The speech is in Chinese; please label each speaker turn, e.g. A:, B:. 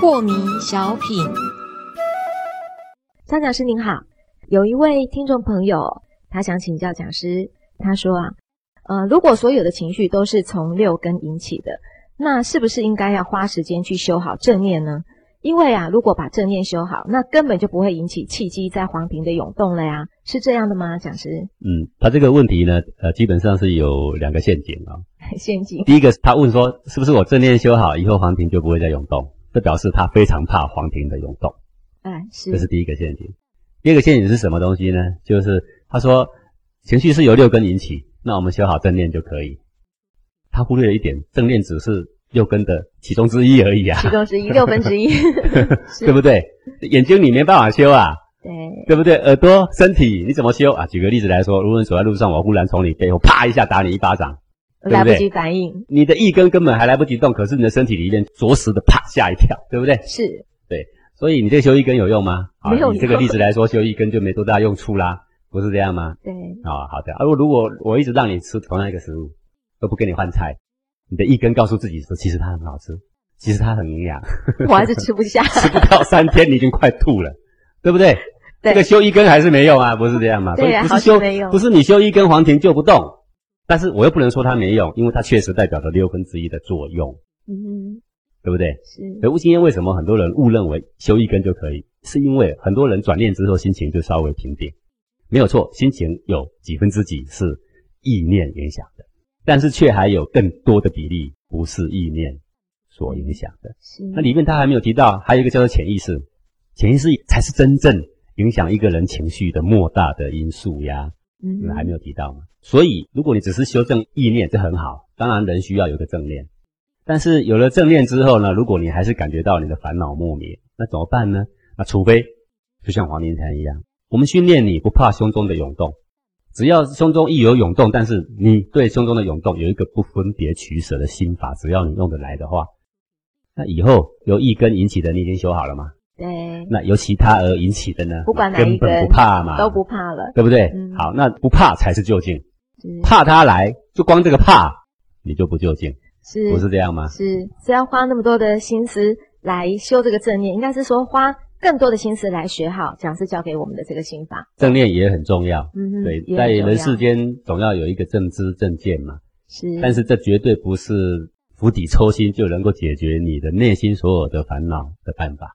A: 破迷小品。张讲师您好，有一位听众朋友，他想请教讲师，他说啊，呃，如果所有的情绪都是从六根引起的，那是不是应该要花时间去修好正念呢？因为啊，如果把正念修好，那根本就不会引起气机在黄庭的涌动了呀，是这样的吗？讲师，
B: 嗯，他这个问题呢，呃，基本上是有两个陷阱啊、
A: 陷阱
B: 第一个，他问说，是不是我正念修好以后，黄庭就不会再涌动？这表示他非常怕黄庭的涌动，
A: 哎，是
B: 这是第一个陷阱。第二个陷阱是什么东西呢？就是他说情绪是由六根引起，那我们修好正念就可以。他忽略了一点，正念只是六根的其中之一而已 啊
A: 其，中之一，六分之一， 是
B: 对不对？眼睛你没办法修啊，
A: 对，
B: 对不对？耳朵、身体你怎么修啊？举个例子来说，如果你走在路上，我忽然从你背后啪一下打你一巴掌，对不对
A: 来不及反应，
B: 你的一根根本还来不及动，可是你的身体里面着实的啪吓一跳，对不对？
A: 是
B: 所以你这个修一根有用吗？啊
A: 没有用
B: 以这个例子来说，修一根就没多大用处啦，不是这样吗？
A: 对。
B: 啊、好的。啊，如果我一直让你吃同样一个食物，都不跟你换菜，你的一根告诉自己说，其实它很好吃，其实它很营养，
A: 我还是吃不下。
B: 吃不到三天你已经快吐了，对不对？
A: 对
B: 这个修一根还是没用啊，不是这样吗？
A: 对啊
B: 所
A: 好
B: 以
A: 像
B: 不
A: 没
B: 是
A: 用
B: 修，不是你修一根黄庭救不动，但是我又不能说它没用，因为它确实代表着六分之一的作用，
A: 嗯，
B: 对不对？
A: 是
B: 可是今天为什么很多人误认为修一根就可以？是因为很多人转念之后心情就稍微平定，没有错，心情有几分之几是意念影响的，但是却还有更多的比例不是意念所影响的。
A: 是。
B: 那里面他还没有提到，还有一个叫做潜意识，潜意识才是真正影响一个人情绪的莫大的因素呀。
A: 嗯
B: 你们还没有提到嘛。所以，如果你只是修正意念，这很好。当然，人需要有个正念。但是有了正念之后呢，如果你还是感觉到你的烦恼莫名，那怎么办呢？那除非就像黄连禅一样，我们训练你不怕胸中的涌动，只要胸中一有涌动，但是你对胸中的涌动有一个不分别取舍的心法，只要你用得来的话，那以后由一根引起的你已经修好了吗？
A: 对，
B: 那由其他而引起的呢？
A: 不管哪一
B: 根
A: 根
B: 本不怕嘛，
A: 都不怕了。
B: 对不对？
A: 嗯
B: 好，那不怕才是究竟，
A: 是
B: 怕他来，就光这个怕，你就不究竟，
A: 是
B: 不是这样吗？
A: 是是要花那么多的心思来修这个正念，应该是说花更多的心思来学好讲师教给我们的这个心法。
B: 正念也很重要，
A: 嗯哼，
B: 对，
A: 也
B: 在
A: 很重要
B: 人
A: 嗯
B: 世间总要有一个正知正见嘛，
A: 是，
B: 但是这绝对不是釜底抽薪就能够解决你的内心所有的烦恼的办法。